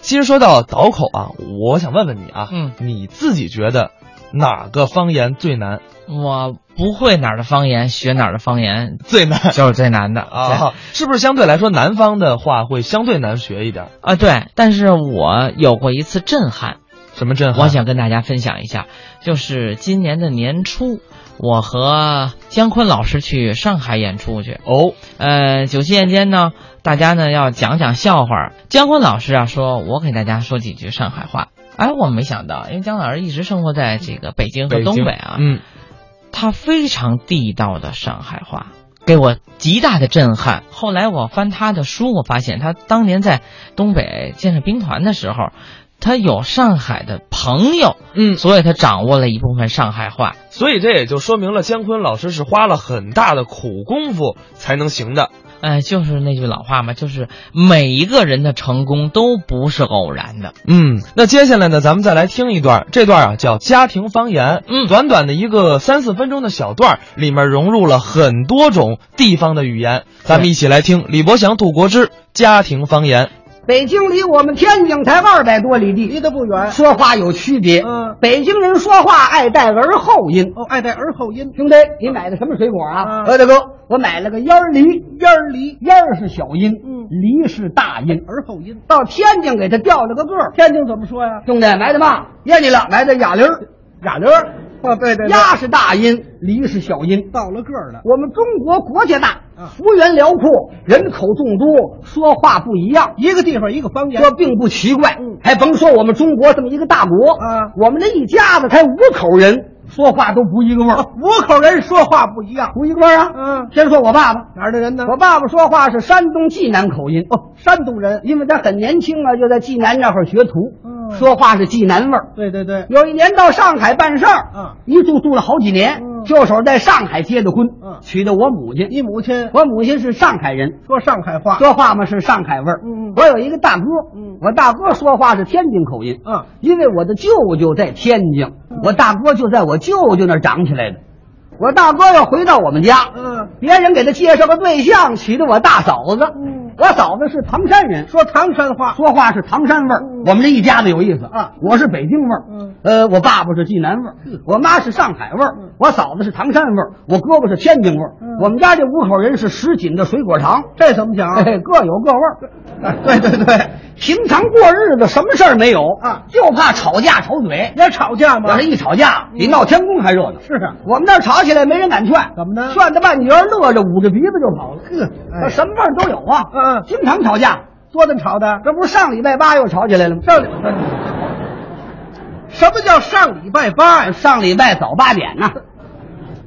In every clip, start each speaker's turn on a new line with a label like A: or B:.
A: 其实说到岛口啊，我想问问你啊，
B: 嗯，
A: 你自己觉得哪个方言最难？
B: 我不会哪儿的方言，学哪儿的方 言
A: 最 难
B: 就是最难的
A: 啊？是不是相对来说南方的话会相对难学一点？
B: 对啊！对，但是我有过一次震撼，
A: 什么震撼？
B: 我想跟大家分享一下，就是今年的年初，我和姜昆老师去上海演出去。
A: 哦，
B: 呃，酒席宴间呢，大家呢要讲讲笑话。姜昆老师啊说，我给大家说几句上海话。哎，我没想到，因为姜老师一直生活在这个北京和
A: 北
B: 东
A: 京
B: 北啊，
A: 嗯，
B: 他非常地道的上海话，给我极大的震撼。后来我翻他的书，我发现他当年在东北建设兵团的时候，他有上海的朋友，
A: 嗯
B: 所以他掌握了一部分上海话。
A: 所以这也就说明了姜昆老师是花了很大的苦功夫才能行的。
B: 呃，就是那句老话嘛，就是每一个人的成功都不是偶然的。
A: 嗯，那接下来呢，咱们再来听一段，这段啊叫家庭方言。
B: 嗯
A: 短短的一个三四分钟的小段儿，里面融入了很多种地方的语言。咱们一起来听李伯祥、杜国之家庭方言。
C: 北京离我们天津才二百多里地，
D: 离得不远。
C: 说话有区别。
D: 嗯
C: 北京人说话爱带儿后音。
D: 哦，爱戴而后音，
C: 兄弟，你买的什么水果啊？
D: 嗯
C: 哎，大哥，我买了个烟儿梨，
D: 烟儿梨，
C: 烟儿是小音，
D: 嗯
C: 梨是大音。
D: 而后音。
C: 到天津给他调了个个儿。
D: 天津怎么说呀？
C: 兄弟，买的嘛？噎你了，买的哑铃儿，哑铃儿。
D: 哦，对对
C: 鸭是大音，梨是小音。
D: 到了个儿了。
C: 我们中国国家大
D: 嗯，
C: 幅员辽阔，人口众多，说话不一样。
D: 一个地方一个方言
C: 这，并不奇怪
D: 嗯，
C: 还甭说我们中国这么一个大国
D: 啊
C: 我们这一家子才五口人，说话都不一个味儿，
D: 啊五口人说话不一样。
C: 不一个味儿啊。
D: 嗯
C: 先说我爸爸，
D: 哪儿的人呢？
C: 我爸爸说话是山东济南口音，
D: 哦，山东人。
C: 因为他很年轻啊，就在济南那会儿学徒，
D: 嗯
C: 说话是济南味儿。
D: 对对对，
C: 有一年到上海办事儿，
D: 嗯
C: 一住住了好几年，
D: 嗯
C: 就手在上海结的婚，
D: 嗯
C: 娶的我母亲，
D: 你母亲
C: 我母亲是上海人，
D: 说上海话。
C: 说话嘛是上海味儿。
D: 嗯嗯
C: 我有一个大哥，
D: 嗯
C: 我大哥说话是天津口音。
D: 嗯
C: 因为我的舅舅在天津，我大哥就在我舅舅那儿长起来的。我大哥要回到我们家，
D: 嗯，
C: 别人给他介绍个对象，娶的我大嫂子。
D: 嗯
C: 我嫂子是唐山人，
D: 说唐山话。
C: 说话是唐山味儿。
D: 嗯
C: 我们这一家子有意思
D: 啊！
C: 我是北京味儿，
D: 嗯
C: 呃，我爸爸是济南味儿，我妈是上海味儿，我嫂子是唐山味儿，我哥哥是天津味儿。
D: 嗯
C: 我们家这五口人是什锦的水果糖，
D: 这怎么讲？
C: 嘿嘿各有各味儿。
D: 哎对对对，
C: 平常过日子什么事儿没有
D: 啊
C: 就怕吵架吵嘴。
D: 也吵架吗嗯
C: 要？是一吵架，比闹天宫还热闹。
D: 是啊
C: 我们那儿吵起来没人敢劝，
D: 怎么呢
C: 劝他半截儿，乐着捂着鼻子就跑了。
D: 呵哎
C: 他什么味儿都有啊，
D: 嗯嗯
C: 经常吵架。
D: 多顿吵的。
C: 这不是上礼拜八又吵起来了吗？
D: 啊上礼什么叫上礼拜八呀？
C: 上礼拜早八点呐、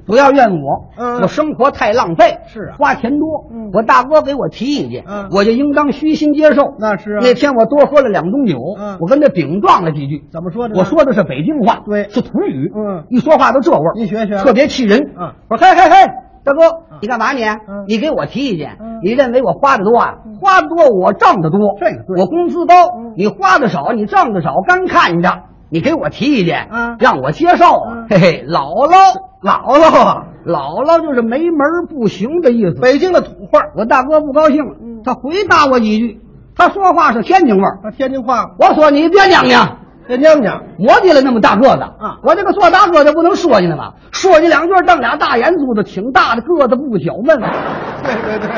C: 不要怨我，
D: 嗯
C: 我生活太浪费，
D: 是啊
C: 花钱多。
D: 嗯
C: 我大哥给我提意见，
D: 嗯
C: 我就应当虚心接受。
D: 那是啊
C: 那天我多喝了两盅酒，
D: 嗯
C: 我跟他顶撞了几句。
D: 怎么说的呢？
C: 我说的是北京话，
D: 对
C: 是土语，
D: 嗯
C: 一说话都这味儿，
D: 你学学
C: 特别气人。
D: 嗯
C: 我说嘿嘿嘿，大哥，你干嘛你？
D: 嗯
C: 你给我提意见
D: 嗯，
C: 你认为我花的多啊？花的多，我挣的多，
D: 这个对嗯
C: 我工资高，你花的少，你挣的少，干看着。你给我提意见，
D: 嗯
C: 让我接受啊
D: 嗯，
C: 嘿嘿，姥姥，姥姥啊，姥姥就是没门儿不行的意思。
D: 北京的土话，嗯
C: 我大哥不高兴了，他回答我几句，他说话是天津味儿。
D: 啊，天津话，
C: 我说你别娘娘，
D: 这娘娘。
C: 磨叽了那么大个子
D: 啊
C: 我这个做大个子不能说你了吧？说你两句，瞪俩大眼珠子，挺大的个子不小闷。
D: 对对对，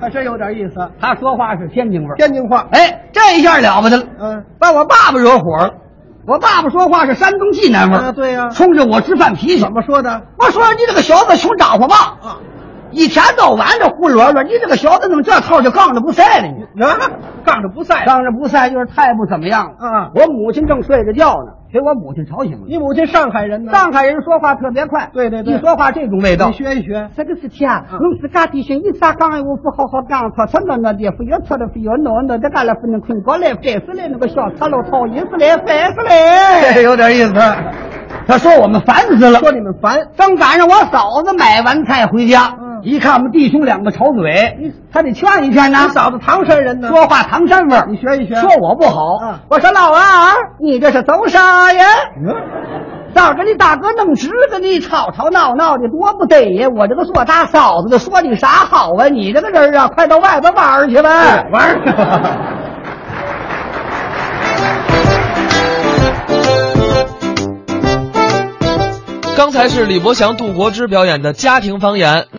D: 还真有点意思。
C: 他说话是天津味儿，
D: 天津话，
C: 哎，这一下了不得了，
D: 嗯，
C: 把我爸爸惹火了。我爸爸说话是山东济南味儿、
D: 啊对呀
C: 冲着我直犯脾气。
D: 怎么说的？
C: 我说你这个小子穷咋呼吧？
D: 啊，
C: 一天到晚这胡乱乱，你这个小子怎么这套就杠着不赛了你？
D: 啊，杠着不赛。
C: 杠着不赛就是太不怎么样了。
D: 啊
C: 我母亲正睡着觉呢，给我母亲吵醒了。
D: 你母亲上海人呢？
C: 上海人说话特别快，
D: 对对对
C: 一说话这种味道
D: 你。学一学。
C: 这个事情啊
D: 嗯，
C: 侬自家弟兄一啥讲闲话不好好讲，吵吵闹闹的，非要吵的，非要闹闹的，干了不能困觉来，烦死来那个小赤佬讨厌死来，烦死
D: 哎
C: 来。
D: 有点意思。
C: 他说我们烦死了，
D: 说你们烦，
C: 正赶上我嫂子买完菜回家，
D: 嗯
C: 一看我们弟兄两个吵嘴，他得劝一劝呐。
D: 你嫂子唐山人呢？
C: 说话唐山味儿，
D: 你学一学
C: 说我不好，
D: 嗯
C: 我说老二，你这是走啥呀？
D: 嗯，
C: 早跟你大哥弄侄子，你吵吵闹闹的多不得呀！我这个做大嫂子的说你啥好啊？
D: 哎
C: 你这个人啊，快到外边玩儿去吧！
D: 玩儿去吧。
A: 刚才是李伯祥、杜国之表演的家庭方言。